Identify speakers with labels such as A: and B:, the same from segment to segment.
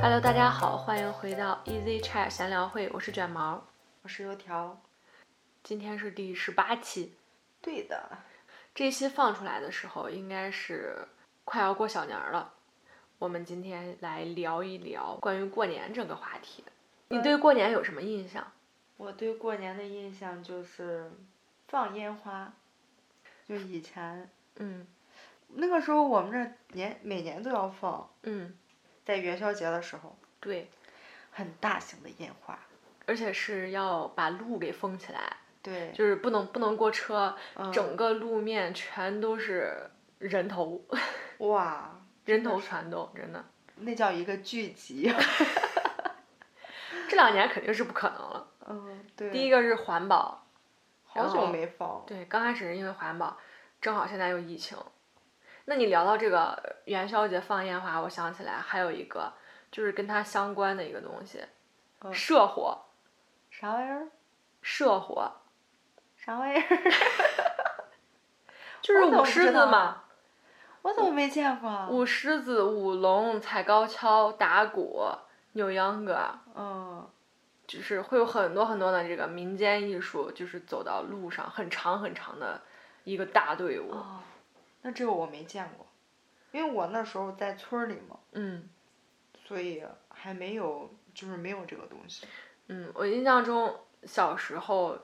A: Hello，大家好，欢迎回到 Easy Chat 闲聊会，我是卷毛，
B: 我是油条。
A: 今天是第十八期，
B: 对的，
A: 这一期放出来的时候应该是快要过小年儿了。我们今天来聊一聊关于过年这个话题。你对过年有什么印象？
B: 我对过年的印象就是放烟花，就以前
A: 嗯
B: 那个时候我们这儿年每年都要放，
A: 嗯，
B: 在元宵节的时候，
A: 对，
B: 很大型的烟花。
A: 而且是要把路给封起来，
B: 对，
A: 就是不能不能过车，
B: 嗯
A: 整个路面全都是人头，
B: 哇，
A: 人头攒动，真的。
B: 那叫一个聚集。
A: 这两年肯定是不可能了。
B: 嗯，对。
A: 第一
B: 个
A: 个哦是环保，
B: 好
A: 然后
B: 久没放。
A: 对，刚开始是因为环保，正好现在又疫情。那你聊到这个呃元宵节放烟花，我想起来还有一个就是跟它相关的一个东西，
B: 嗯
A: 社火，
B: 啥玩意儿？
A: 社火
B: 啥玩意儿？
A: 就是
B: 哦我怎么
A: 舞
B: 不
A: 狮
B: 知
A: 子
B: 道
A: 嘛，
B: 我怎么没见过？啊
A: 舞狮子、舞龙、踩高跷、打鼓、扭秧歌，
B: 嗯，
A: 就是会有很多很多的这个民间艺术，就是走到路上很长很长的一个大队伍，
B: 哦，那这个我没见过，因为我那时候在村儿里嘛。
A: 嗯。
B: 所以还没有，就是没有这个东西。
A: 嗯，我印象中小时候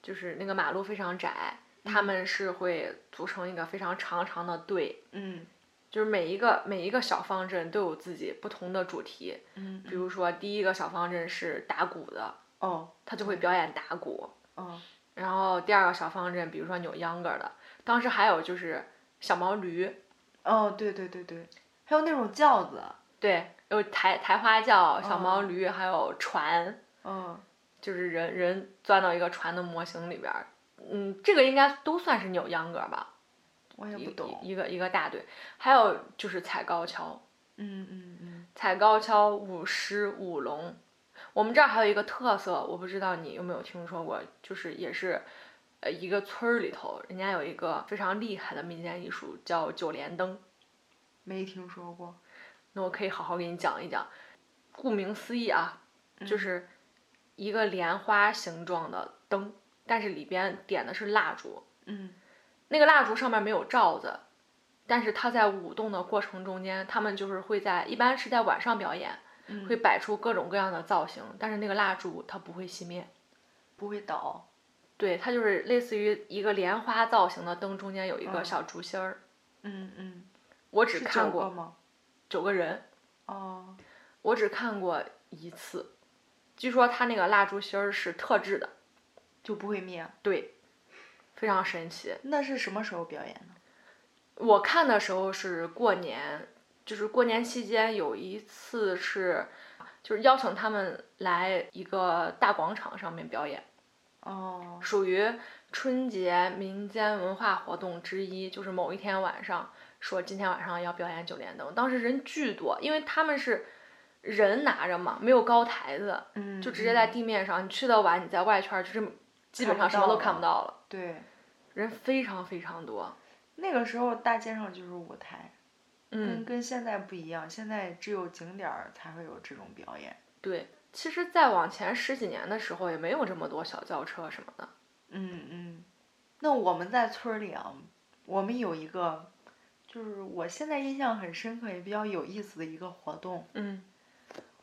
A: 就是那个马路非常窄，
B: 嗯
A: 他们是会组成一个非常长长的队，
B: 嗯
A: 就是每一个每一个小方阵都有自己不同的主题。
B: 嗯
A: 比如说第一个小方阵是打鼓的，
B: 哦
A: 他就会表演打鼓；
B: 哦
A: 然后第二个小方阵，比如说扭秧歌儿的，当时还有就是小毛驴，
B: 哦，对对对对，还有那种轿子，
A: 对，有抬抬花轿、小毛
B: 哦
A: 驴，还有船。
B: 嗯
A: 就是人人钻到一个船的模型里边儿，嗯，这个应该都算是扭秧歌吧，
B: 我也
A: 一
B: 不懂。
A: 一一个一个大队，还有就是踩高跷，
B: 嗯嗯嗯，
A: 踩高跷、舞狮、舞龙。我们这儿还有一个特色，我不知道你有没有听说过，就是也是，呃，一个村儿里头，人家有一个非常厉害的民间艺术叫九连灯。
B: 没听说过。
A: 那我可以好好给你讲一讲。顾名思义啊，
B: 嗯
A: 就是一个莲花形状的灯，但是里边点的是蜡烛。
B: 嗯
A: 那个蜡烛上面没有罩子，但是它在舞动的过程中间，他们就是会在一般是在晚上表演，
B: 嗯，
A: 会摆出各种各样的造型，但是那个蜡烛它不会熄灭。
B: 不会倒？
A: 对，它就是类似于一个莲花造型的灯，中间有一个
B: 嗯
A: 小竹芯儿。
B: 嗯嗯，
A: 我只
B: 是
A: 看
B: 九个
A: 过
B: 吗？
A: 九个人，
B: 哦
A: 我只看过一次。据说它那个蜡烛芯儿是特制的，
B: 就不会灭。
A: 对，非常神奇。
B: 那是什么时候表演的？
A: 我看的时候是过年，就是过年期间有一次是，就是邀请他们来一个大广场上面表演，
B: 哦
A: 属于春节民间文化活动之一。就是某一天晚上说今天晚上要表演九连灯，当时人巨多，因为他们是人拿着嘛，没有高台子，
B: 嗯，
A: 就直接在
B: 嗯
A: 地面上。你去的晚，你在外圈儿就是基本上什么都看
B: 看
A: 不
B: 不
A: 到了，
B: 嗯对。
A: 人非常非常多。
B: 那个时候大街上就是舞台，
A: 嗯
B: 跟，跟现在不一样，现在只有景点儿才会有这种表演。
A: 对，其实再往前十几年的时候，也没有这么多小轿车什么的。
B: 嗯嗯，那我们在村儿里啊，我们有一个，就是我现在印象很深刻也比较有意思的一个活动，
A: 嗯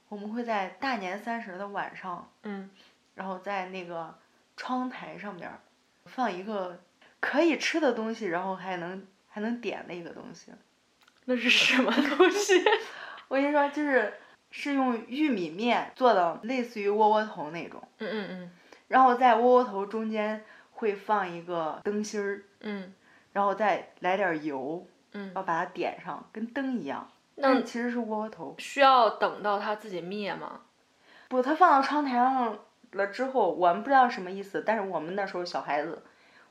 B: 我们会在大年三十的晚上，
A: 嗯，
B: 然后在那个窗台上面儿放一个可以吃的东西，然后还能还能点的一个东西。
A: 那是什么东西？
B: 我跟你说，就是是用玉米面做的，类似于窝窝头那种，
A: 嗯嗯
B: 然后在窝窝头中间会放一个灯芯儿，
A: 嗯
B: 然后再来点儿油。
A: 嗯
B: 要
A: 嗯，
B: 把它点上，跟灯一样。
A: 那
B: 但其实是窝窝头。
A: 需要等到它自己灭吗？
B: 不，它放到窗台上了之后，我们不知道什么意思，但是我们那时候小孩子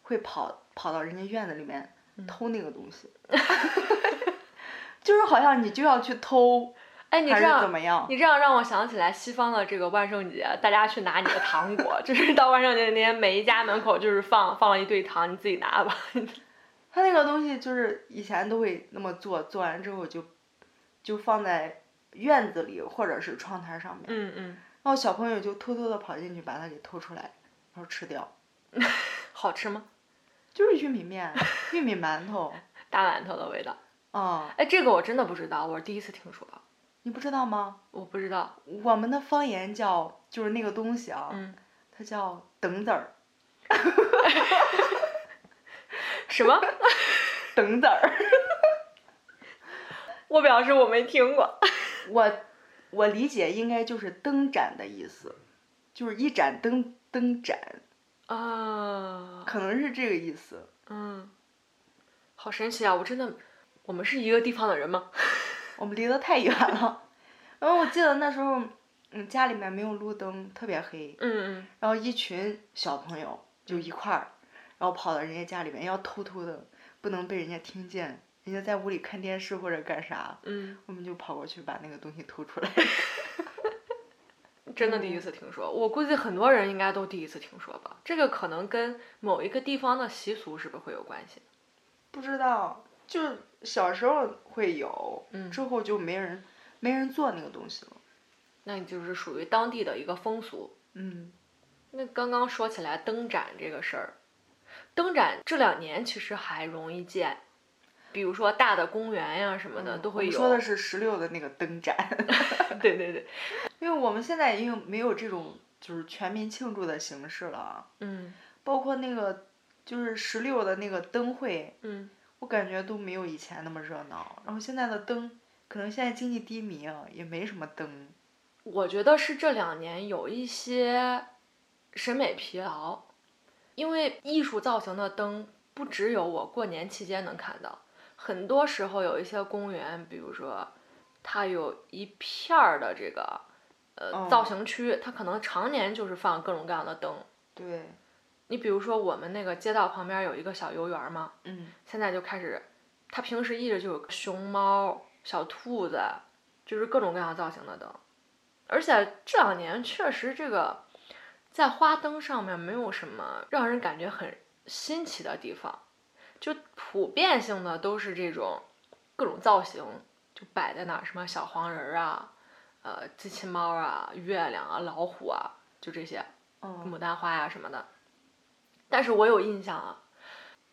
B: 会跑跑到人家院子里面
A: 嗯
B: 偷那个东西， 就是好像你就要去偷
A: 哎，你
B: 还
A: 这
B: 是怎
A: 样。
B: 么样？
A: 你这样让我想起来西方的这个万圣节，大家去拿你的糖果， 就是到万圣节那天，每一家门口就是放放了一堆糖，你自己拿吧。
B: 他那个东西就是以前都会那么做，做完之后就就放在院子里或者是窗台上面，
A: 嗯嗯，
B: 然后小朋友就偷偷的跑进去把它给偷出来，然后吃掉，
A: 好吃吗？
B: 就是玉米 面、玉米馒头
A: 大馒头的味道。
B: 啊、
A: 哎，这个我真的不知道，我是第一次听说，
B: 你不知道吗？
A: 我不知道。
B: 我们的方言叫就是那个东西啊，
A: 嗯，
B: 它叫等子儿，
A: 什么？
B: 等子儿。
A: 我表示我没听过。
B: 我我理解应该就是灯盏的意思，就是一盏灯灯盏，
A: 啊，
B: 可能是这个意思。
A: 嗯，好神奇啊！我真的，我们是一个地方的人 吗？
B: 我们离得太远了。然后我记得那时候，嗯，家里面没有路灯，特别黑，
A: 嗯嗯，
B: 然后一群小朋友就一块儿，然后跑到人家家里面，要偷偷的，不能被人家听见。人家在屋里看电视或者干啥，
A: 嗯，
B: 我们就跑过去把那个东西偷出来。 嗯
A: 真的第一次听说，我估计很多人应该都第一次听说吧。这个可能跟某一个地方的习俗是不是会有关系？
B: 不知道，就是小时候会有，
A: 嗯
B: 之后就没人没人做那个东西了。
A: 那你就是属于当地的一个风俗。
B: 嗯，
A: 那刚刚说起来灯展这个事儿，灯展这两年其实还容易见，比如说大的公园呀什么的、都会
B: 嗯我们
A: 有。
B: 说的是嗯十六的那个灯展，
A: 对对对，
B: 因为我们现在已经没有这种就是全民庆祝的形式了啊，
A: 嗯
B: 包括那个就是十六的那个灯会，
A: 嗯，
B: 我感觉都没有以前那么热闹。然后现在的灯，可能现在经济低迷啊，也没什么灯。
A: 我觉得是这两年有一些审美疲劳，因为艺术造型的灯不只有我过年期间能看到，很多时候有一些公园，比如说它有一片儿的这个呃
B: 嗯
A: 造型区，它可能常年就是放各种各样的灯。
B: 对，
A: 你比如说，我们那个街道旁边有一个小游园儿嘛，
B: 嗯，
A: 现在就开始，它平时一直就有熊猫、小兔子，就是各种各样造型的灯。而且这两年确实这个在花灯上面没有什么让人感觉很新奇的地方，就普遍性的都是这种各种造型就摆在那儿，什么小黄人儿啊、呃机器猫啊、月亮啊、老虎啊，就这些。
B: 嗯，
A: 牡丹花呀、什么的。但是我有印象啊，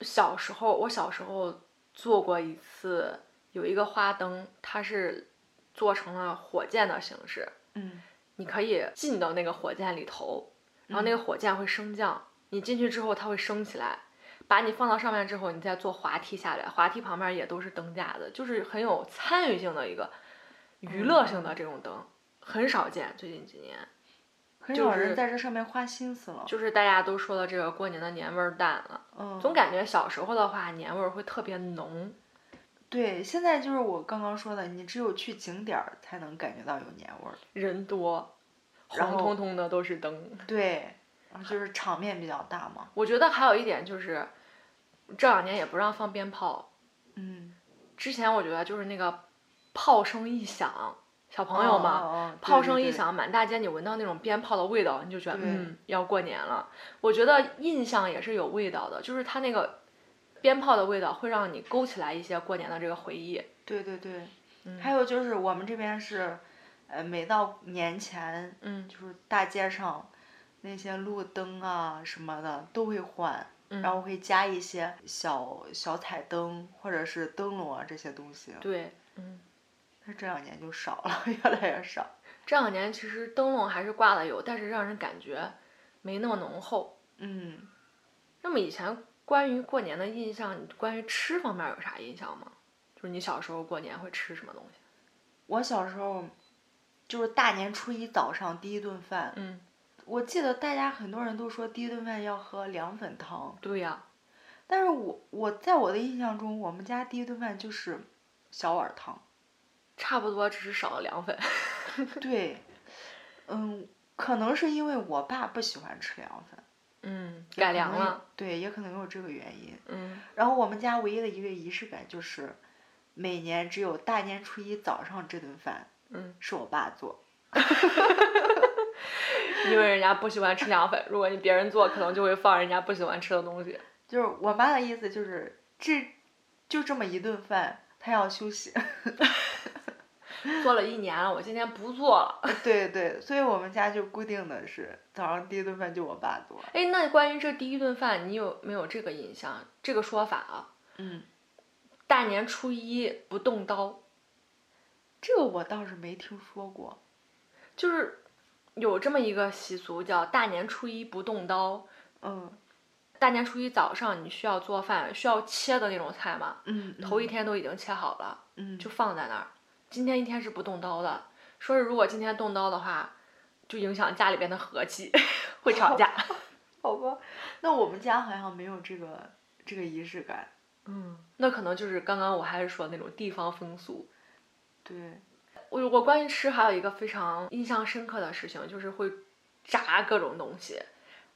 A: 小时候我小时候做过一次，有一个花灯，它是做成了火箭的形式，
B: 嗯，
A: 你可以进到那个火箭里头，然后那个火箭会升降，你进去之后它会升起来。把你放到上面之后，你再坐滑梯下来，滑梯旁边也都是灯架子，就是很有参与性的一个娱乐性的这种灯，很少见。最近几年，
B: 很
A: 就
B: 少
A: 是
B: 人在这上面花心思了。
A: 就是大家都说的这个过年的年味儿淡了，
B: 嗯，
A: 总感觉小时候的话年味儿会特别浓。
B: 对，现在就是我刚刚说的，你只有去景点儿才能感觉到有年味儿。
A: 人多，
B: 然
A: 红
B: 后
A: 彤彤的都是灯。
B: 对，然后就是场面比较大嘛。
A: 我觉得还有一点就是，这两年也不让放鞭炮。
B: 嗯，
A: 之前我觉得就是那个炮声一响，小朋友嘛，
B: 嘛
A: 炮声一，响，满大街你闻到那种鞭炮的味道，你就觉得
B: 对
A: 嗯要过年了。我觉得印象也是有味道的，就是它那个鞭炮的味道会让你勾起来一些过年的这个回忆。
B: 对对对对对。
A: 嗯
B: 还有就是我们这边是，呃，每到年前，
A: 嗯
B: 就是大街上那些路灯啊什么的都会换，
A: 嗯
B: 然后会加一些小小彩灯或者是灯笼啊这些东西。
A: 对，嗯，
B: 但是这两年就少了， 越来越少。
A: 这两年其实灯笼还是挂的有，但是让人感觉没那么浓厚。
B: 嗯，
A: 那么以前关于过年的印象，你关于吃方面有啥印象吗？就是你小时候过年会吃什么东西？
B: 我小时候，就是大年初一早上第一顿饭，
A: 嗯，
B: 我记得大家很多人都说第一顿饭要喝凉粉汤，
A: 对呀、
B: 但是我我在我的印象中，我们家第一顿饭就是小碗儿汤。
A: 差不多只是少了凉粉。
B: 对，嗯，可能是因为我爸不喜欢吃凉粉，
A: 嗯，
B: 也
A: 改
B: 可
A: 良
B: 能有
A: 了。。
B: 对，也可能有这个原因。
A: 嗯
B: 然后我们家唯一的一个仪式感就是，每年只有大年初一早上这顿饭
A: 嗯，
B: 是我爸做。
A: 嗯因为人家不喜欢吃凉粉，如果你别人做，可能就会放人家不喜欢吃的东西。
B: 就是我妈的意思就是，这就这么一顿饭，她要休息。
A: 做了一年了，我今天不做了。
B: 对对，所以我们家就固定的是早上第一顿饭就我爸做。
A: 哎，那关于这第一顿饭，你有没有这个印象？这个说法啊，
B: 嗯，
A: 大年初一不动刀，
B: 这个我倒是没听说过。
A: 就是有这么一个习俗叫大年初一不动刀。
B: 嗯
A: 大年初一早上你需要做饭，需要切的那种菜嘛，
B: 嗯，
A: 头一
B: 嗯
A: 天都已经切好了。
B: 嗯
A: 就放在那儿。今天一天是不动刀的，说是如果今天动刀的话，就影响家里边的和气， 会吵 架。
B: 好吧，那我们家好像没有这个这个仪式感。
A: 嗯， 那可能就是刚刚我还是说那种地方风俗。
B: 对，
A: 我我关于吃还有一个非常印象深刻的事情，就是会炸各种东西，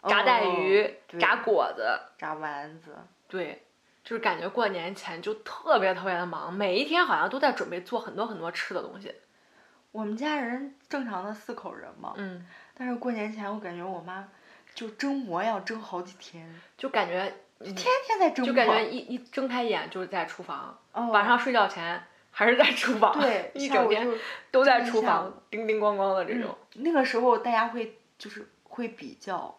A: 炸带
B: 哦
A: 鱼、
B: 对
A: 炸果子，
B: 炸丸子，
A: 对。就是感觉过年前就特别特别的忙，每一天好像都在准备做很多很多吃的东西。
B: 我们家人正常的四口人嘛，
A: 嗯，
B: 但是过年前我感觉我妈就蒸馍要蒸好几天，
A: 就感觉嗯
B: 天天在蒸馍，
A: 就感觉一一睁开眼就是在厨房，
B: 哦
A: 晚上睡觉前还是在厨房，
B: 对
A: 一
B: 下
A: 整
B: 午
A: 天
B: 就嗯
A: 都在
B: 真的
A: 厨
B: 下
A: 房
B: 午
A: 叮叮咣咣的这种。
B: 那个时候大家会就是会比较，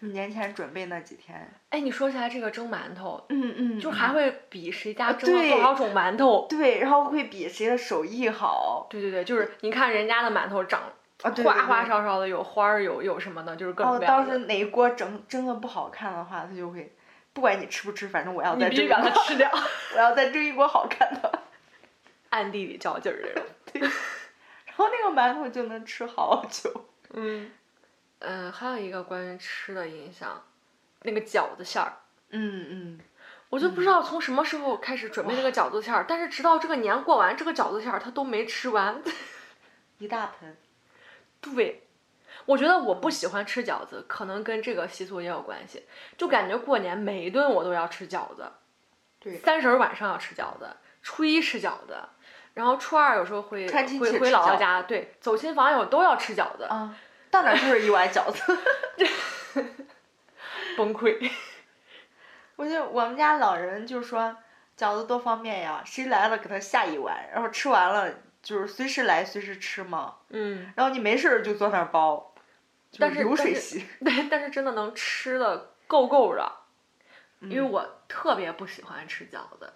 B: 就年前准备那几天，
A: 哎，你说起来这个蒸馒头，
B: 嗯嗯，
A: 就
B: 嗯
A: 还会比谁家
B: 啊
A: 蒸了多
B: 对
A: 少种馒头。
B: 对，然后会比谁的手艺好，
A: 对对对，就是你看人家的馒头长
B: 啊对对
A: 花花
B: 对
A: 哨哨的，有花儿，有有什么的，就是各种
B: 哦，
A: 各样
B: 当时
A: 的。
B: 哪一锅蒸蒸的不好看的话，他就会，不管你吃不吃，反正我要
A: 你
B: 再
A: 必须
B: 蒸一
A: 把它
B: 锅，
A: 吃掉，
B: 我要再蒸一锅好看的。
A: 暗地里较劲儿这种。
B: 然后那个馒头就能吃好久。
A: 嗯，嗯，还有一个关于吃的印象，那个饺子馅儿，
B: 嗯嗯，
A: 我就不知道从什么时候开始准备这个饺子馅儿，但是直到这个年过完，这个饺子馅儿他都没吃完。
B: 一大盆。
A: 对，我觉得我不喜欢吃饺子，可能跟这个习俗也有关系。就感觉过年每一顿我都要吃饺子，
B: 对，
A: 三十儿晚上要吃饺子，初一吃饺子，然后初二有时候回
B: 串亲
A: 回
B: 戚
A: 回
B: 吃
A: 姥姥
B: 饺
A: 家，对，走亲访友都要吃饺子，
B: 啊、到哪儿就是一碗饺子。
A: 崩溃。
B: 我就我们家老人就说，饺子多方便呀，谁来了给他下一碗，然后吃完了就是随时来随时吃嘛，
A: 嗯，
B: 然后你没事儿就坐那儿包，就
A: 但是
B: 流
A: 但
B: 水
A: 是
B: 席。
A: 对，但是真的能吃的够够的，因为
B: 嗯
A: 我特别不喜欢吃饺子，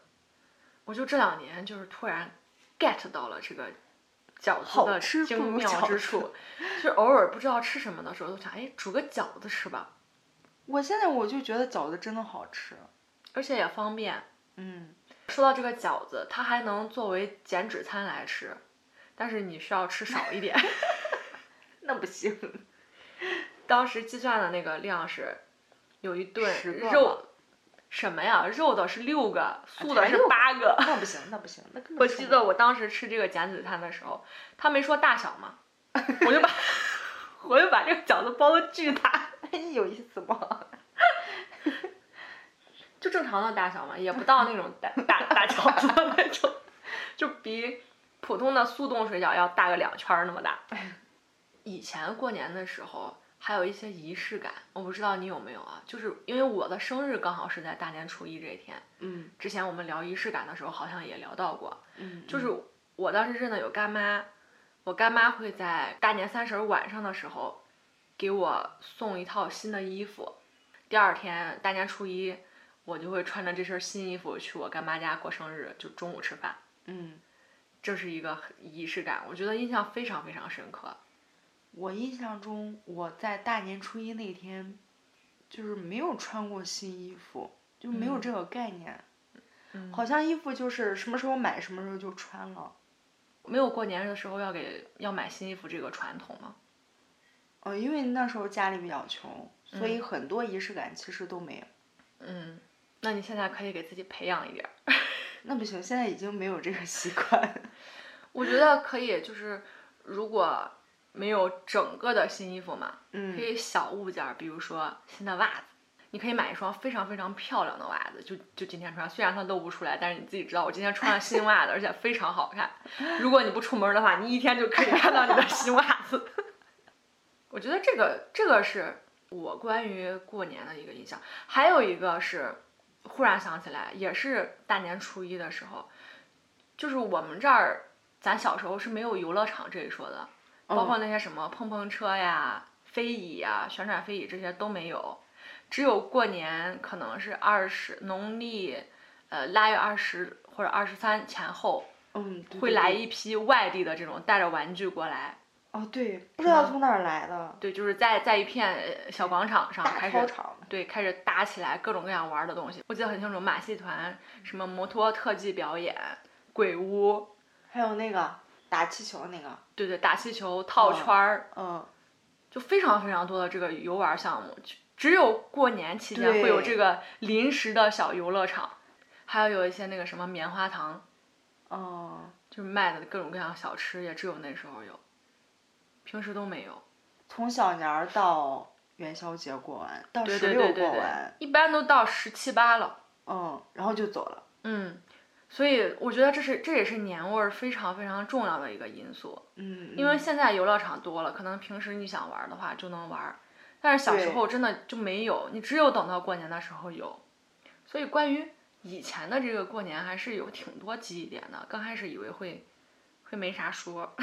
A: 我就这两年就是突然 get 到了这个饺子
B: 好
A: 的
B: 吃不
A: 精
B: 如
A: 妙
B: 饺
A: 之
B: 子
A: 处，就是偶尔不知道吃什么的时候，都想哎煮个饺子吃吧，
B: 我现在我就觉得饺子真的好吃。
A: 而且也方便。
B: 嗯，
A: 说到这个饺子，它还能作为减脂餐来吃，但是你需要吃少一点。
B: 那不 行。
A: 当时计算的那个量是，有一顿
B: 十个啊
A: 肉，什么呀？肉的是六个，素的
B: 才
A: 是
B: 六个
A: 八个。
B: 那不行，那不行，那根
A: 我
B: 本受
A: 记
B: 不
A: 得
B: 了
A: 我当时吃这个减脂餐的时候，他没说大小嘛，我就把我就把这个饺子包的巨大，
B: 哎有意思吗？
A: 就正常的大小嘛，也不到那种大大大饺子的那种，就比普通的速冻水饺要大个两圈儿那么大。以前过年的时候还有一些仪式感，我不知道你有没有啊？就是因为我的生日刚好是在大年初一这一天，
B: 嗯
A: 之前我们聊仪式感的时候好像也聊到过，
B: 嗯，
A: 就是我当时认的有干妈，我干妈会在大年三十儿晚上的时候给我送一套新的衣服，第二天大年初一我就会穿着这身新衣服去我干妈家过生日，就中午吃饭，
B: 嗯，
A: 这是一个很仪式感，我觉得印象非常非常深刻。
B: 我印象中我在大年初一那天，就是没有穿过新衣服，就没有
A: 嗯
B: 这个概念，
A: 嗯
B: 好像衣服就是什么时候买什么时候就穿了。
A: 没有过年的时候要给要买新衣服这个传统吗？
B: 嗯、因为那时候家里比较穷，所以很多仪式感其实都没有。
A: 嗯，那你现在可以给自己培养一点儿。
B: 那不行，现在已经没有这个习惯。
A: 我觉得可以，就是如果没有整个的新衣服嘛，
B: 嗯
A: 可以小物件儿，比如说新的袜子，你可以买一双非常非常漂亮的袜子，就就今天穿，虽然它露不出来，但是你自己知道，我今天穿了新袜子，而且非常好看。如果你不出门的话，你一天就可以看到你的新袜子。 我觉得这个这个是我关于过年的一个印象，还有一个是忽然想起来，也是大年初一的时候，就是我们这儿咱小时候是没有游乐场这一说的，
B: 嗯
A: 包括那些什么碰碰车呀、飞椅呀、旋转飞椅这些都没有，只有过年可能是二十农历，呃腊月二十或者二十三前后
B: 嗯，对
A: 会
B: 对
A: 来
B: 对
A: 一批外地的这种带着玩具过来，
B: 哦，对，不知道从哪儿来的，
A: 对，就是在在一片呃小广场上
B: 大
A: 啊开始
B: 操场，
A: 对，开始搭起来各种各样玩儿的东西。我记得很清楚，马戏团、什么摩托特技表演、鬼屋，
B: 还有那个打气球那个，
A: 对对，打气球、套
B: 哦
A: 圈儿，
B: 嗯，
A: 就非常非常多的这个游玩儿项目。只只有过年期间会有
B: 对
A: 这个临时的小游乐场，还有有一些那个什么棉花糖，
B: 哦，
A: 就是卖的各种各样小吃，也只有那时候有，平时都没有。
B: 从小年儿到元宵节过完，到
A: 对
B: 十
A: 对
B: 六
A: 对对
B: 过
A: 对
B: 完，，
A: 一般都到十七八了。
B: 嗯，然后就走了。
A: 嗯，所以我觉得这是这也是年味儿非常非常重要的一个因素，
B: 嗯，
A: 因为
B: 嗯
A: 现在游乐场多了，可能平时你想玩儿的话就能玩儿，但是小时
B: 对
A: 候真的就没有，你只有等到过年的时候有。所以关于以前的这个过年还是有挺多记忆点的，刚开始以为会会没啥说，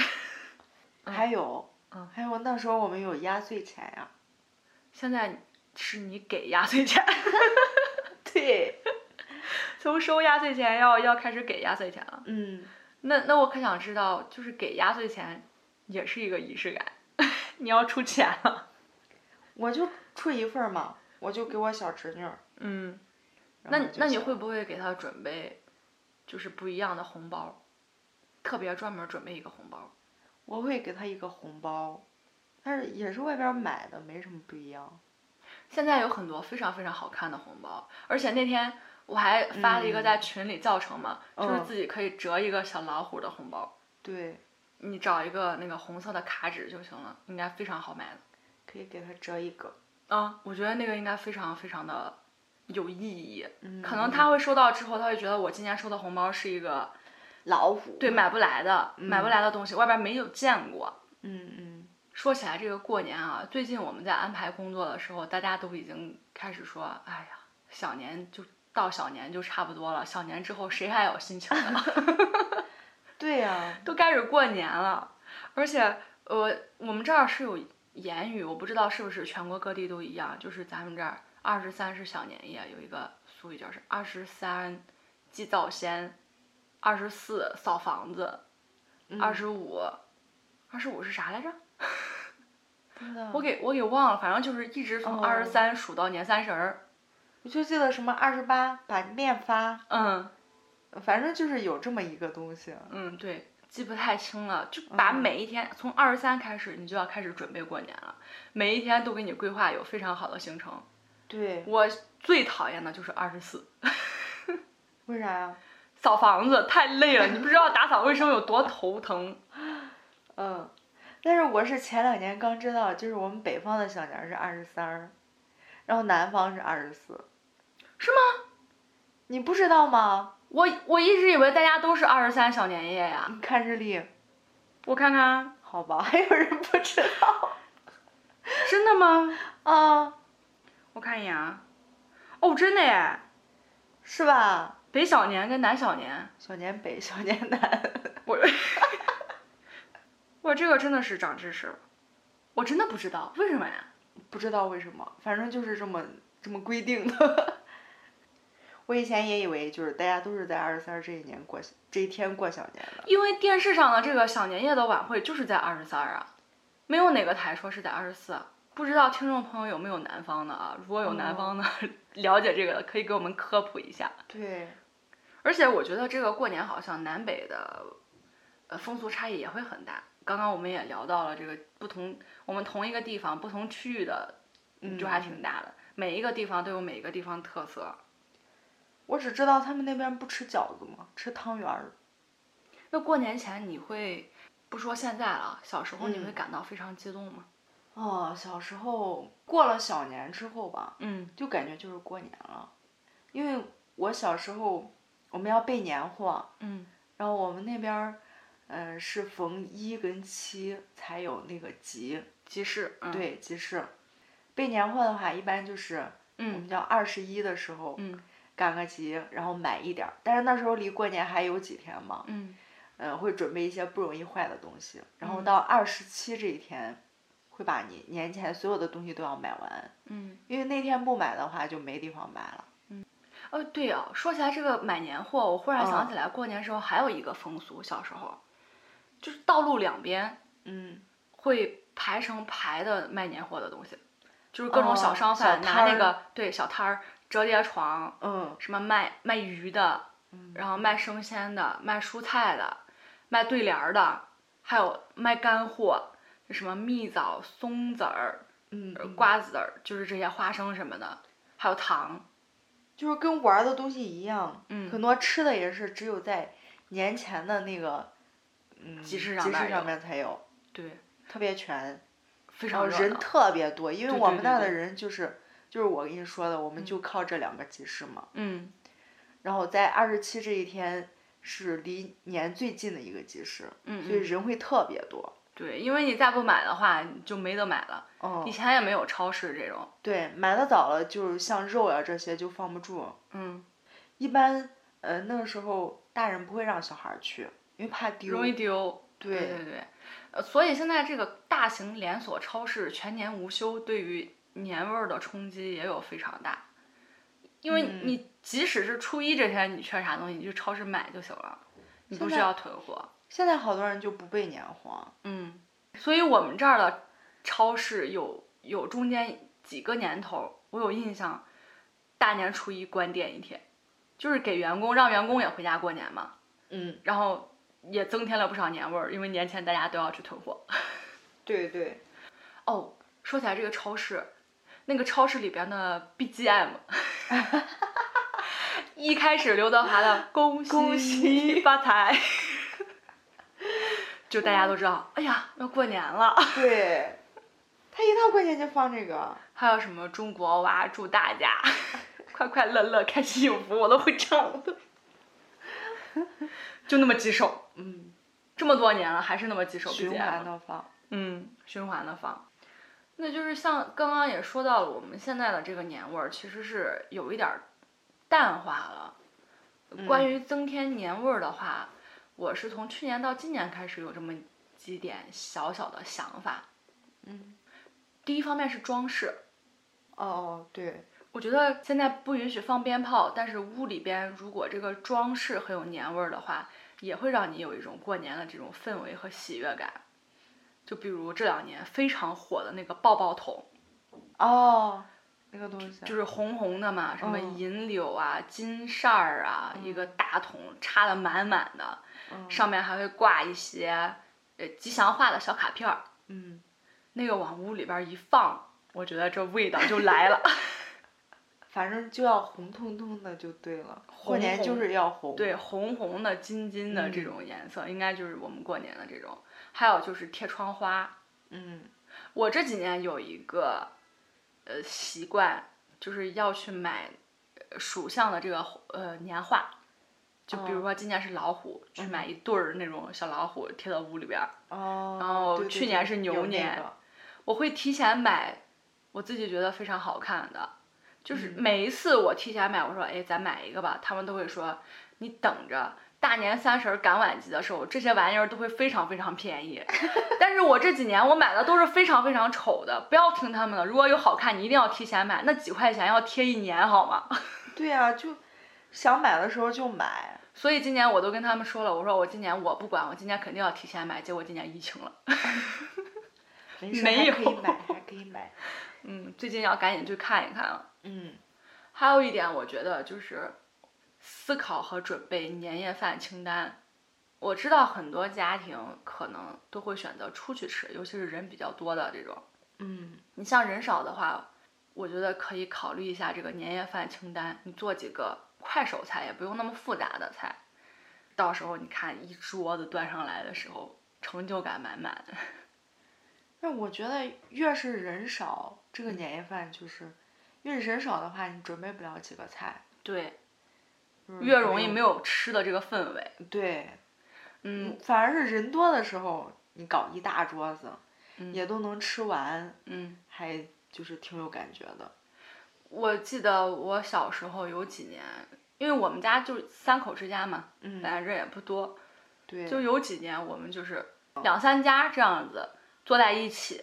B: 还有，
A: 嗯
B: 还有那时候我们有压岁钱呀、
A: 现在是你给压岁钱，
B: 对，
A: 从收压岁钱要要开始给压岁钱了。
B: 嗯，
A: 那那我可想知道，就是给压岁钱也是一个仪式感， 你要出钱了。
B: 我就出一份儿嘛，我就给我小侄女儿。
A: 嗯，
B: 然
A: 那
B: 后
A: 你
B: 就
A: 那你
B: 行
A: 会不会给他准备，就是不一样的红包，特别专门准备一个红包？
B: 我会给她一个红包，但是也是外边儿买的，没什么不一样。
A: 现在有很多非常非常好看的红包，而且那天我还发了一个在群里教程嘛，就是
B: 嗯
A: 自己可以折一个小老虎的红包，
B: 对，
A: 你找一个那个红色的卡纸就行了，应该非常好买
B: 嗯
A: 的。
B: 可以给她折一个。
A: 啊，我觉得那个应该非常非常的有意义。
B: 嗯，
A: 可能他会收到之后，他会觉得我今年收的红包是一个
B: 老虎。
A: 对买不来的、买不来的东西，外边没有见过。
B: 嗯嗯，
A: 说起来这个过年啊，最近我们在安排工作的时候，大家都已经开始说，哎呀，小年就到小年就差不多了，小年之后谁还有心情了？
B: 对呀、
A: 都开始过年了，而且呃，我们这儿是有言语，我不知道是不是全国各地都一样，就是咱们这儿二十三是小年夜，有一个俗语叫是二十三祭灶先，二十四扫房子，
B: 嗯
A: 二十五，二十五是啥来着？
B: 不知道
A: 我给我给忘了，反正就是一直从
B: 哦
A: 二十三数到年三十儿。
B: 我就记得什么二十八把面发，
A: 嗯
B: 反正就是有这么一个东西。
A: 嗯，对。记不太清了，就把
B: 嗯
A: 每一天、从二十三开始，你就要开始准备过年了。每一天都给你规划有非常好的行程，
B: 对，
A: 我最讨厌的就是二十四，
B: 为啥呀？
A: 扫房子太累了，你不知道打扫卫生有多头疼。
B: 嗯，但是我是前两年刚知道，就是我们北方的小年儿是二十三，然后南方是二十四，
A: 是吗？
B: 你不知道吗？
A: 我我一直以为大家都是二十三小年夜呀，
B: 你看日历，
A: 我看看，
B: 好吧， 还有人不知道
A: 真的吗？
B: 啊，
A: 我看一眼啊，哦，真的耶，
B: 是吧？
A: 北小年跟南小年，
B: 小年北，小年南，
A: 我，我这个真的是长知识了，我真的不知道为什么呀。
B: 不知道为什么，反正就是这么这么规定的。 我以前也以为就是大家都是在二十三这一年过这一天过小年的，
A: 因为电视上的这个小年夜的晚会就是在二十三啊，没有哪个台说是在二十四。啊不知道听众朋友有没有南方的啊？如果有南方的、 了解这个的，可以给我们科普一下。
B: 对，
A: 而且我觉得这个过年好像南北的呃风俗差异也会很大。刚刚我们也聊到了这个不同，我们同一个地方不同区域的嗯就还挺大的，每一个地方都有每一个地方特色。
B: 我只知道他们那边不吃饺子嘛，吃汤圆儿。
A: 那过年前你会不说现在了，小时候你会
B: 嗯
A: 感到非常激动吗？
B: 哦，小时候过了小年之后吧，
A: 嗯，
B: 就感觉就是过年了，因为我小时候我们要备年货，
A: 嗯，
B: 然后我们那边儿，嗯、是逢一跟七才有那个集，
A: 集市，嗯、，
B: 对集市。备年货的话，一般就是我
A: 嗯
B: 们叫二十一的时候
A: 嗯
B: 赶个集，然后买一点儿。但是那时候离过年还有几天嘛，
A: 嗯
B: 呃，会准备一些不容易坏的东西，然后到二十七这一天，会把你年前所有的东西都要买完，
A: 嗯，
B: 因为那天不买的话就没地方买了。
A: 哦，对哦，说起来这个买年货，我忽然想
B: 嗯
A: 起来，过年时候还有一个风俗，小时候，就是道路两边
B: 嗯，
A: 会排成排的卖年货的东西，就是各种
B: 哦
A: 小商贩、
B: 小摊
A: 拿那
B: 儿
A: 个对小摊儿折叠床，
B: 嗯，
A: 什么卖卖鱼的，然后卖生鲜的，卖蔬菜的，卖对联儿的，还有卖干货，就什么蜜枣、松子儿、
B: 嗯
A: 呃
B: 嗯
A: 瓜子儿，就是这些花生什么的，还有糖。
B: 就是跟玩儿的东西一样，
A: 嗯
B: 很多吃的也是只有在年前的那个，嗯，
A: 集
B: 集
A: 市
B: 市
A: 上那儿有
B: 上面才有，
A: 对，
B: 特别全，
A: 非
B: 然后
A: 常热
B: 人
A: 闹
B: 特别多，因为
A: 对
B: 我
A: 对对
B: 们那儿
A: 对
B: 的人就是就是我跟你说的，我们就靠这两个集市嘛。
A: 嗯
B: 然后在二十七这一天是离年最近的一个集市，
A: 嗯
B: 所以
A: 嗯，
B: 人会特别多。
A: 对，因为你再不买的话，你就没得买了。以
B: 嗯，
A: 前也没有超市这种。
B: 对，买的早了，就是像肉啊呀、这些就放不住。
A: 嗯，
B: 一般，呃，那个时候大人不会让小孩儿去，因为怕丢。
A: 容易丢。对
B: 对
A: 对对，呃，所以现在这个大型连锁超市全年无休，对于年味儿的冲击也有非常大。因为
B: 嗯
A: 你即使是初一这天你缺啥东西，你去超市买就行了，你不
B: 现
A: 需
B: 在
A: 要囤货。
B: 现在好多人就不备年货，
A: 嗯，所以我们这儿的超市有有中间几个年头，我有印象，大年初一关店一天，就是给员工让员工也回家过年嘛，
B: 嗯，
A: 然后也增添了不少年味儿，因为年前大家都要去囤货。
B: 对对，
A: 哦，说起来这个超市，那个超市里边的 BGM，一开始刘德华的恭喜
B: 恭喜
A: 发财，就大家都知道，哎呀，要过年了。
B: 对，他一到过年就放这个，
A: 还有什么中国娃祝大家 快快乐乐、开心幸福，我都会唱的， 就那么几首，
B: 嗯，
A: 这么多年了还是那么几首 BGM。
B: 循环的放，
A: 嗯，循环的放。那就是像刚刚也说到了，我们现在的这个年味儿其实是有一点儿淡化了。
B: 嗯
A: 关于增添年味儿的话，我是从去年到今年开始有这么几点小小的想法。
B: 嗯，
A: 第一方面是装饰，
B: 哦，对，
A: 我觉得现在不允许放鞭炮，但是屋里边如果这个装饰很有年味儿的话，也会让你有一种过年的这种氛围和喜悦感。就比如这两年非常火的那个抱抱桶，
B: 哦，那个东西，
A: 就是红红的嘛，什么
B: 嗯
A: 银柳啊、金扇儿啊，一个大桶插的满满的，
B: 嗯
A: 上面还会挂一些呃吉祥话的小卡片儿。
B: 嗯，
A: 那个往屋里边儿一放，我觉得这味道就来 了。
B: 反正就要红彤彤的就对了，过
A: 红
B: 年就
A: 红
B: 是要红，
A: 对，，红红的、金金的这
B: 嗯
A: 种颜色，应该就是我们过年的这种。还有就是贴窗花，
B: 嗯，
A: 我这几年有一个呃习惯，就是要去买呃属相的这个呃年画，就比如
B: 哦
A: 说今年是老虎，去买一对儿那种小老虎贴到屋里边儿。
B: 哦，
A: 然后
B: 对对
A: 去
B: 对
A: 年是牛
B: 有那
A: 年
B: 个
A: 我会提前买我自己觉得非常好看的，就是每一次我提前买，我说哎，咱买一个吧，他们都会说你等着。大年三十儿赶晚集的时候，这些玩意儿都会非常非常便宜。但是我这几年我买的都是非常非常丑的，不要听他们的。如果有好看，你一定要提前买，那几块钱要贴一年好吗？
B: 对呀、就想买的时候就买，
A: 所以今年我都跟他们说了，我说我今年我不管，我今年肯定要提前买。结果今年疫情了，
B: 没事
A: 没
B: 还
A: 有
B: 可以买，还可以买，
A: 嗯，最近要赶紧去看一看了。
B: 嗯，
A: 还有一点，我觉得就是思考和准备年夜饭清单。我知道很多家庭可能都会选择出去吃，尤其是人比较多的这种。
B: 嗯，
A: 你像人少的话，我觉得可以考虑一下这个年夜饭清单，你做几个快手菜，也不用那么复杂的菜。到时候你看一桌子端上来的时候，成就感满满。
B: 那我觉得越是人少，这个年夜饭就是，越是人少的话，你准备不了几个菜，
A: 对，
B: 就是
A: 越容易没有吃的这个氛围。
B: 对，
A: 嗯
B: 反而是人多的时候，你搞一大桌子，
A: 嗯
B: 也都能吃完，
A: 嗯。
B: 还就是挺有感觉的，
A: 我记得我小时候有几年，因为我们家就三口之家嘛，
B: 嗯
A: 本来人也不多，
B: 对，
A: 就有几年我们就是两三家这样子坐在一起，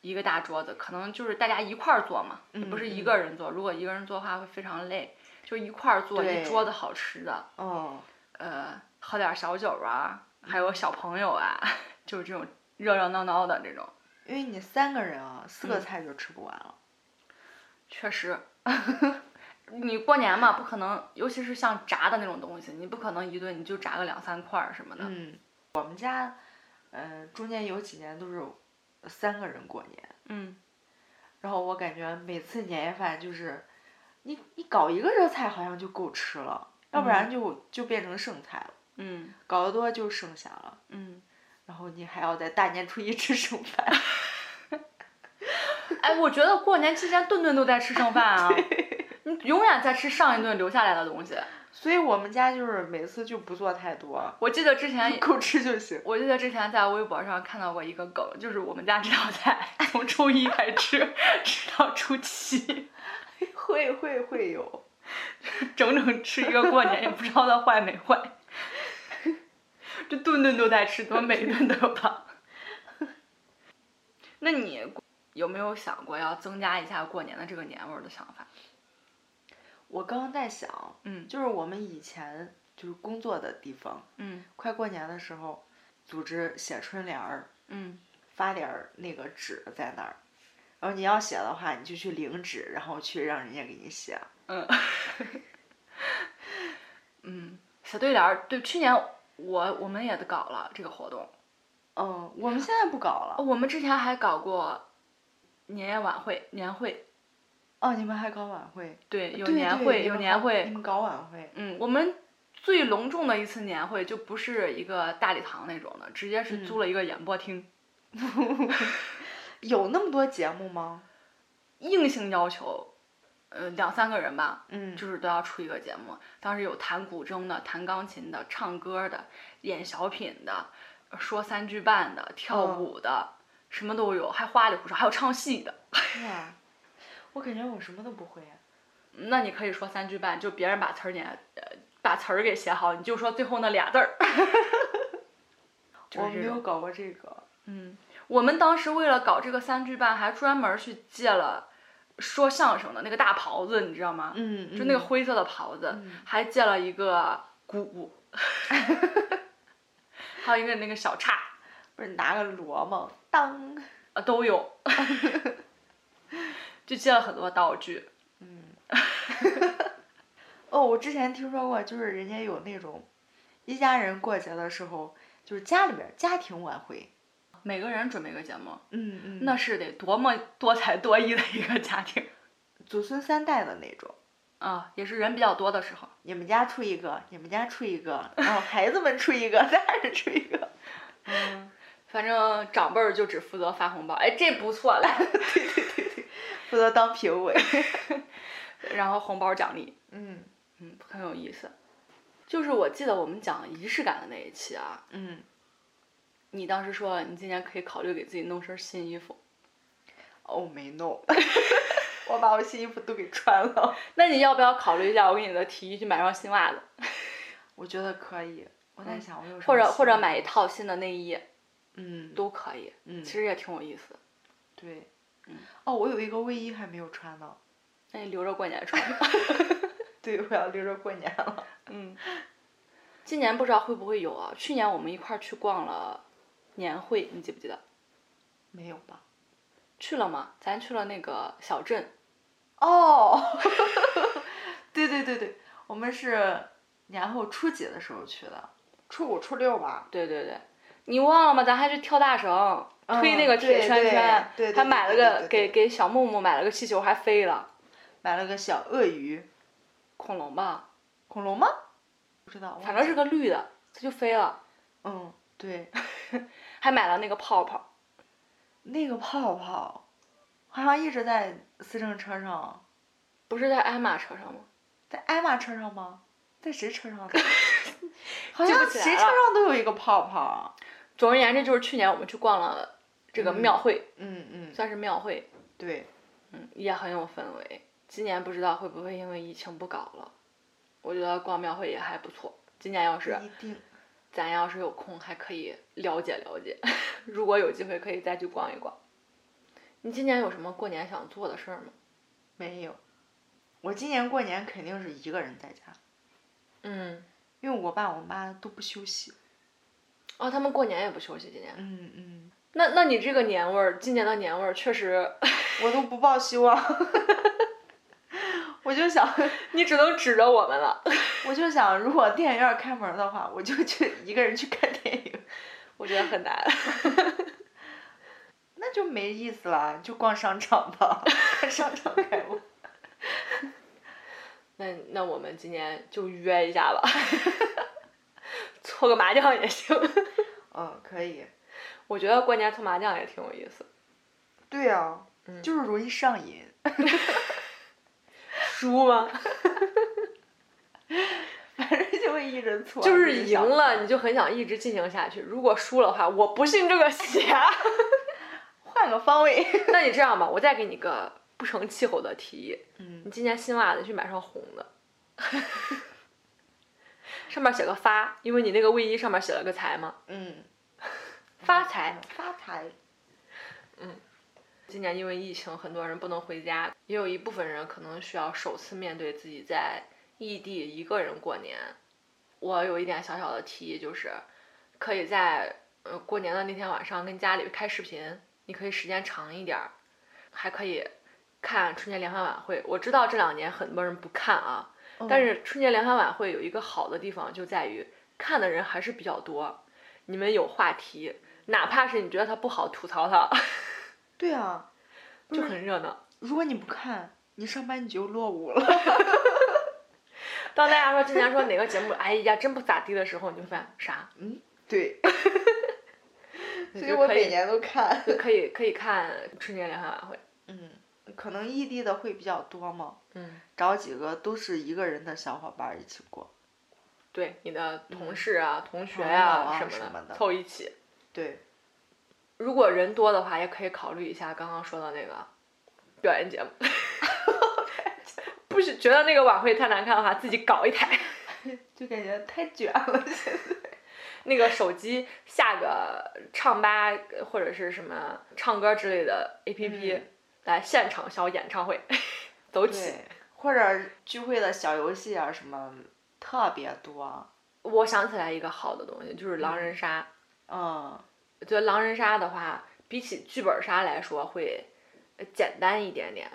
A: 一个大桌子，可能就是大家一块儿做嘛，也不是一个人做。如果一个人做的话会非常累，就一块儿做
B: 对
A: 一桌子好吃的，
B: 嗯，
A: 呃，喝点小酒啊，还有小朋友啊， 就是这种热热闹闹的这种，
B: 因为你三个人啊，四个
A: 嗯
B: 菜就吃不完了。
A: 确实。 你过年嘛，不可能，尤其是像炸的那种东西，你不可能一顿你就炸个两三块儿什么的。
B: 嗯，我们家，呃，中间有几年都是三个人过年，
A: 嗯，
B: 然后我感觉每次年夜饭就是，你你搞一个热菜好像就够吃了，要不然就、就变成剩菜了，
A: 嗯
B: 搞得多就剩下了，
A: 嗯，
B: 然后你还要在大年初一 吃剩饭。
A: 哎，我觉得过年期间顿顿都在吃剩饭啊，你永远在吃上一顿留下来的东西。
B: 所以我们家就是每次就不做太多，
A: 我记得之前，
B: 够吃就行。
A: 我记得之前在微博上看到过一个梗，就是我们家 这道菜从初一开始 吃，吃到初七，
B: 会会会有，
A: 整整吃一个过年，也不知道它坏没坏。 这顿顿都在吃，怎么每一顿都有胖？ 那你有没有想过要增加一下过年的这个年味儿的想法？
B: 我刚刚在想，
A: 嗯
B: 就是我们以前就是工作的地方，
A: 嗯
B: 快过年的时候，组织写春联儿，
A: 嗯
B: 发点儿那个纸在那儿，然后你要写的话，你就去领纸，然后去让人家给你写。
A: 嗯， 嗯，小对联儿，对，去年我我们也搞了这个活动，哦
B: 嗯，我们现在不搞了。
A: 我们之前还搞过年夜晚会、年会，
B: 哦，你们还搞晚会？
A: 对，有
B: 对
A: 年
B: 对
A: 会，
B: 你
A: 有
B: 们
A: 年
B: 搞你
A: 会，
B: 们搞晚会？
A: 嗯，我们最隆重的一次年会就不是一个大礼堂那种的，直接是
B: 嗯
A: 租了一个演播厅，
B: 有那么多节目吗？
A: 硬性要求，呃，两三个人吧，
B: 嗯，
A: 就是都要出一个节目。当时有弹古筝的、弹钢琴的、唱歌的、演小品的、说三句半的、跳
B: 嗯
A: 舞的，什么都有，还花里胡哨，还有唱戏的。
B: 哇，我感觉我什么都不会、啊。
A: 那你可以说三句半，就别人把词儿念，呃，把词儿给写好，你就说最后那俩字儿。 就
B: 我
A: 是
B: 没
A: 这
B: 有
A: 种。
B: 搞过这个。
A: 嗯，我们当时为了搞这个三句半，还专门去借了说相声的那个大袍子，你知道吗？
B: 嗯
A: 就那个灰色的袍子，
B: 嗯
A: 还借了一个鼓， 还有一个那个小叉，
B: 不是拿个锣吗？ 当。
A: 呃，都有， 就借了很多道具。
B: 嗯哦，我之前听说过，就是人家有那种一家人过节的时候，就是家里边儿家庭晚会。
A: 每个人准备一个节目，
B: 嗯嗯
A: 那是得多么多才多艺的一个家庭
B: 祖孙三代的那种。
A: 啊！也是人比较多的时候，
B: 你们家出一个，你们家出一个，然后孩子们出一个，大人出一 个。
A: 嗯，反正长辈儿就只负责发红包，哎，这不错，来，
B: 负责当评委。
A: 然后红包奖励，
B: 嗯
A: 嗯，很有意思。就是我记得我们讲仪式感的那一期啊，
B: 嗯，
A: 你当时说你今年可以考虑给自己弄身新衣服，
B: 哦，没弄， 我把我新衣服都给穿了。
A: 那你要不要考虑一下我给你的提议，去买双新袜子，
B: 我觉得可以，我在想我有什么
A: 或者
B: 新
A: 或者
B: 的
A: 买一套新的内衣
B: 嗯
A: 都可以，
B: 嗯
A: 其实也挺有意思的。
B: 对
A: 嗯，
B: 哦，我有一个卫衣还没有穿呢，
A: 那你留着过年穿。
B: 对，我要留着过年了。
A: 嗯， 今年不知道会不会有啊？去年我们一块儿去逛了年会，你记不记得？
B: 没有吧？
A: 去了吗？咱去了那个小镇，
B: 哦， 对对对对，我们是年后初几的时候去的？初五、初六吧。
A: 对对对，你忘了吗？咱还去跳大绳，
B: 嗯
A: 推那个铁
B: 对
A: 圈
B: 对
A: 圈，
B: 对对对
A: 还买了
B: 对对
A: 个
B: 对对
A: 给给小木木买了个气球，还飞了
B: 买了个小鳄鱼，
A: 恐龙吧，
B: 恐龙吗？不知道，
A: 反正是
B: 个
A: 个绿的，它就飞了，
B: 嗯，对，
A: 还买了那个泡泡，
B: 那个泡泡好像一直在思政车上，
A: 不是在艾玛车上吗？
B: 在艾玛车上吗？在谁车上的？ 好像
A: 记不起来
B: 谁车
A: 了
B: 上都有一个泡泡。
A: 总而言之，就是去年我们去逛了这个
B: 嗯
A: 庙会，
B: 嗯嗯，
A: 算是庙会，
B: 对，
A: 嗯，也很有氛围。今年不知道会不会因为疫情不搞了，我觉得逛庙会也还不错。今年要是
B: 一定。
A: 咱要是有空还可以了解了解， 如果有机会可以再去逛一逛。你今年有什么过年想做的事儿吗？
B: 没有，我今年过年肯定是一个人在家，
A: 嗯，
B: 因为我爸我妈都不休息。
A: 哦，他们过年也不休息，今年。
B: 嗯嗯，
A: 那那你这个年味儿，今年的年味儿确实，
B: 我都不抱希望， 我就想，
A: 你只能指着我们了。
B: 我就想，如果电影院开门的话，我就去一个人去看电影，
A: 我觉得很难。
B: 那就没意思了，就逛商场吧，看商场开 幕。
A: 那那我们今年就约一下吧， 搓个麻将也行。
B: 嗯，可以。
A: 我觉得过年搓麻将也挺有意思，
B: 对啊，
A: 嗯
B: 就是容易上瘾。
A: 输吗？
B: 反正就会一直搓，
A: 就是
B: 一直
A: 赢
B: 想
A: 了
B: 搓
A: 你就很想一直进行下去，如果输了的话，我不信这个邪。
B: 换个 方位。
A: 那你这样吧，我再给你个不成气候的提议，
B: 嗯
A: 你今年新袜子去买双红的， 上面写个发，因为你那个卫衣上面写了个财嘛，
B: 嗯，
A: 发财。
B: 发财。
A: 今年因为疫情，很多人不能回家，也有一部分人可能需要首次面对自己在异地一个人过年。我有一点小小的提议，就是可以在呃过年的那天晚上跟家里开视频，你可以时间长一点儿，还可以看春节联欢晚会。我知道这两年很多人不看啊，
B: 嗯
A: 但是春节联欢晚会有一个好的地方就在于看的人还是比较多，你们有话题，哪怕是你觉得它不好吐槽它，
B: 对啊，
A: 就很热闹。
B: 如果你不看，你上班你就落伍了。
A: 当大家说之前说哪个节目，哎呀，真不咋地的时候，你就发现啥？
B: 对，
A: 你
B: 所以
A: 就
B: 我
A: 可
B: 每
A: 以
B: 年都看。
A: 可以可以看春节联欢晚会。
B: 嗯，可能异地的会比较多嘛，
A: 嗯，
B: 找几个都是一个人的小伙伴儿一起过。
A: 对，你的同事啊、同学
B: 嗯朋友啊
A: 什
B: 什么的
A: 凑一起。
B: 对，
A: 如果人多的话，也可以考虑一下刚刚说的那个表演节目。 不是觉得那个晚会太难看的话，自己搞一台，
B: 就感觉太卷了。
A: 那个手机下个唱吧或者是什么唱歌之类的 APP，、
B: 嗯
A: 来现场小演唱会， 走起。
B: 对，或者聚会的小游戏啊什么特别多。
A: 我想起来一个好的东西，就是狼人杀。
B: 嗯，
A: 我觉得狼人杀的话，比起剧本杀来说会呃简单一点点，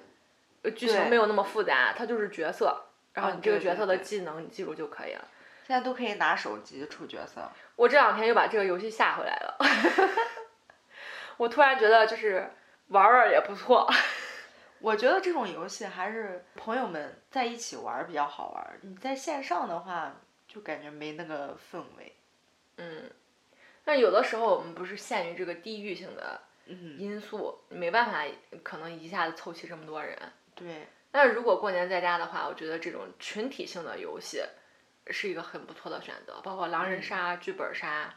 A: 呃剧情
B: 对
A: 没有那么复杂，它就是角色，然后
B: 嗯
A: 你这个
B: 对
A: 角
B: 对
A: 色的
B: 对
A: 技能你记住就可以了。
B: 现在都可以拿手机出角色。
A: 我这两天又把这个游戏下回来了， 我突然觉得就是玩玩也不错。
B: 我觉得这种游戏还是朋友们在一起玩儿比较好玩儿。你在线上的话，就感觉没那个氛围。
A: 嗯，但有的时候我们不是限于这个地域性的
B: 嗯，
A: 因素，没办法，可能一下子凑齐这么多人。
B: 对，
A: 但是如果过年在家的话，我觉得这种群体性的游戏是一个很不错的选择，包括狼
B: 嗯
A: 人杀、剧本杀，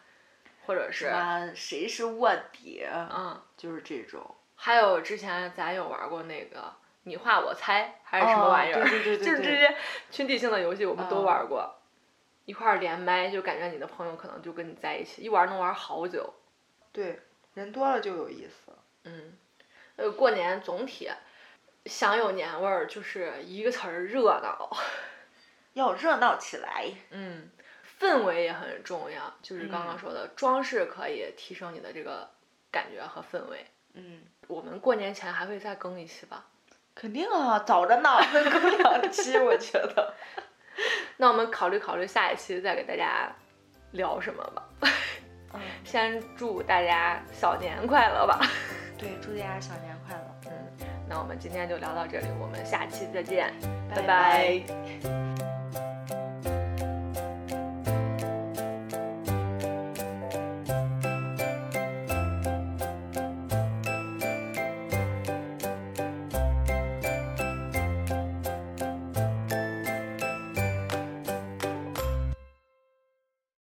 A: 或者是
B: 什么谁是卧底，啊
A: 嗯，
B: 就是这种。
A: 还有之前咱有玩过那个你画我猜还
B: 还
A: 是什么玩意儿，
B: 对哦对对 对
A: 就是这
B: 对。
A: 些群体性的游戏我们都
B: 嗯
A: 玩过，一块儿连麦，就感觉你的朋友可能就跟你在一起，一玩能玩好久。
B: 对，人多了就有意思。
A: 嗯，呃，过年总体想有年味儿，就是一个词儿热闹。
B: 要热闹起来，
A: 嗯，氛围也很重要，就是刚刚
B: 嗯
A: 说的、装饰可以提升你的这个感觉和氛围。
B: 嗯，
A: 我们过年前还会再更一期吧？
B: 肯定啊，早着呢， 能更两期，我觉得。
A: 那我们考虑考虑下一期再给大家聊什么吧。
B: 嗯，
A: 先祝大家小年快乐吧。
B: 对，祝大家小年快乐，
A: 嗯，那我们今天就聊到这里，我们下期再见，拜
B: 拜
A: 拜